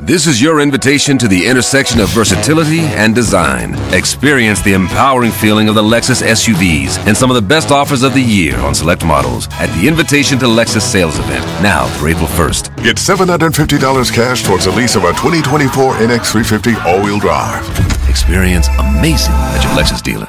This is your invitation to the intersection of versatility and design. Experience the empowering feeling of the Lexus SUVs and some of the best offers of the year on select models at the Invitation to Lexus sales event now through April 1st. Get $750 cash towards the lease of a 2024 NX350 all wheel drive. Experience amazing at your Lexus dealer.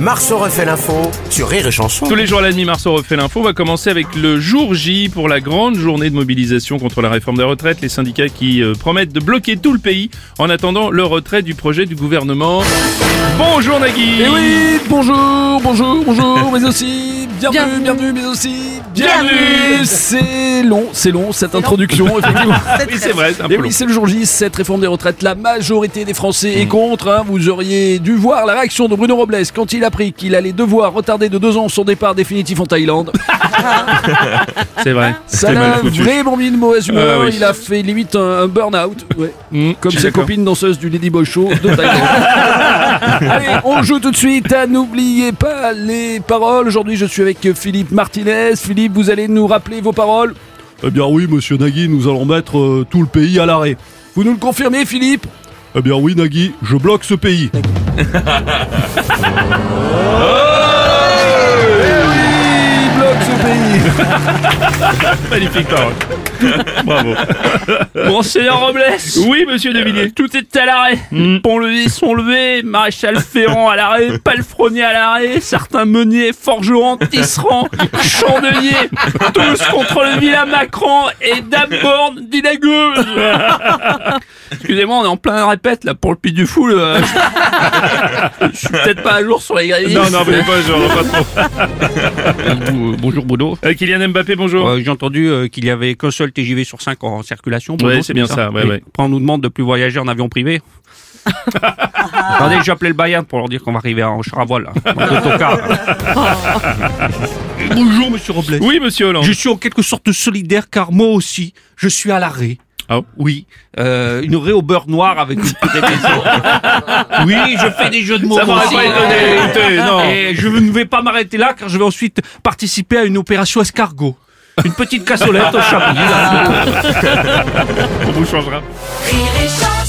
Marceau refait l'info sur Rire et Chanson. Tous les jours à la demi, Marceau refait l'info. On va commencer avec le jour J pour la grande journée de mobilisation contre la réforme des retraites. Les syndicats qui euh, promettent de bloquer tout le pays en attendant le retrait du projet du gouvernement. Bonjour Nagui Et Eh oui, bonjour, bonjour, bonjour, mais aussi bienvenue, bienvenue, mais aussi bienvenue. C'est long, c'est long cette introduction. effectivement. Oui, c'est vrai, c'est un Et peu long. Eh oui, c'est le jour J, cette réforme des retraites. La majorité des Français est contre. hein. Vous auriez dû voir la réaction de Bruno Robles quand il apprit qu'il allait devoir retarder de deux ans son départ définitif en Thaïlande. C'est vrai. Ça C'est mal l'a foutu. vraiment mis de mauvaise humeur. Ah oui. Il a fait limite un, un burn-out. Ouais. Mmh, Comme je suis ses d'accord. copines danseuses du Lady Boy Show de Thaïlande. Allez, on joue tout de suite. à N'oubliez pas les paroles. Aujourd'hui, je suis avec Philippe Martinez. Philippe, vous allez nous rappeler vos paroles Eh bien oui, monsieur Nagui, nous allons mettre euh, tout le pays à l'arrêt. Vous nous le confirmez, Philippe Eh bien oui, Nagui, je bloque ce pays. Oh, eh Il bloque ce pays. Magnifique parole. Bravo. Monseigneur Robles Oui, monsieur De Villiers. Mm. Tout est à l'arrêt. Pont-levis sont levés, Maréchal Ferrand à l'arrêt, Palefrenier à l'arrêt, certains meuniers, forgerons, tisserands, chandeliers, tous contre le vilain Macron et Dame Borne dit la gueule. Excusez-moi, on est en plein répète là pour le Puy du Fou. là. Je suis peut-être pas à jour sur les Eh grilles. Non, non, mais pas, genre, pas trop. Bonjour Bruno. Euh, Kylian Mbappé, bonjour. Euh, J'ai entendu euh, qu'il y avait qu'un seul TGV sur 5 en circulation. Ouais, Bonjour, c'est bien ça, ouais, Et ouais. Après, on nous demande de plus voyager en avion privé. Attendez, j'ai appelé le Bayern pour leur dire qu'on va arriver en char à voile. là, en autocar. Bonjour, monsieur Robles. Oui, monsieur Hollande. Je suis en quelque sorte solidaire car moi aussi, je suis à l'arrêt. Ah bon Oui, euh, une raie au beurre noir avec une petite maison. oui, je fais des jeux de mots. Ça m'aurait aussi. pas étonné, Eh. étonné, non. Et Ah, eh, je ne vais pas m'arrêter là car je vais ensuite participer à une opération escargot. Une petite cassolette au chablis. On vous changera. Rire et chanson.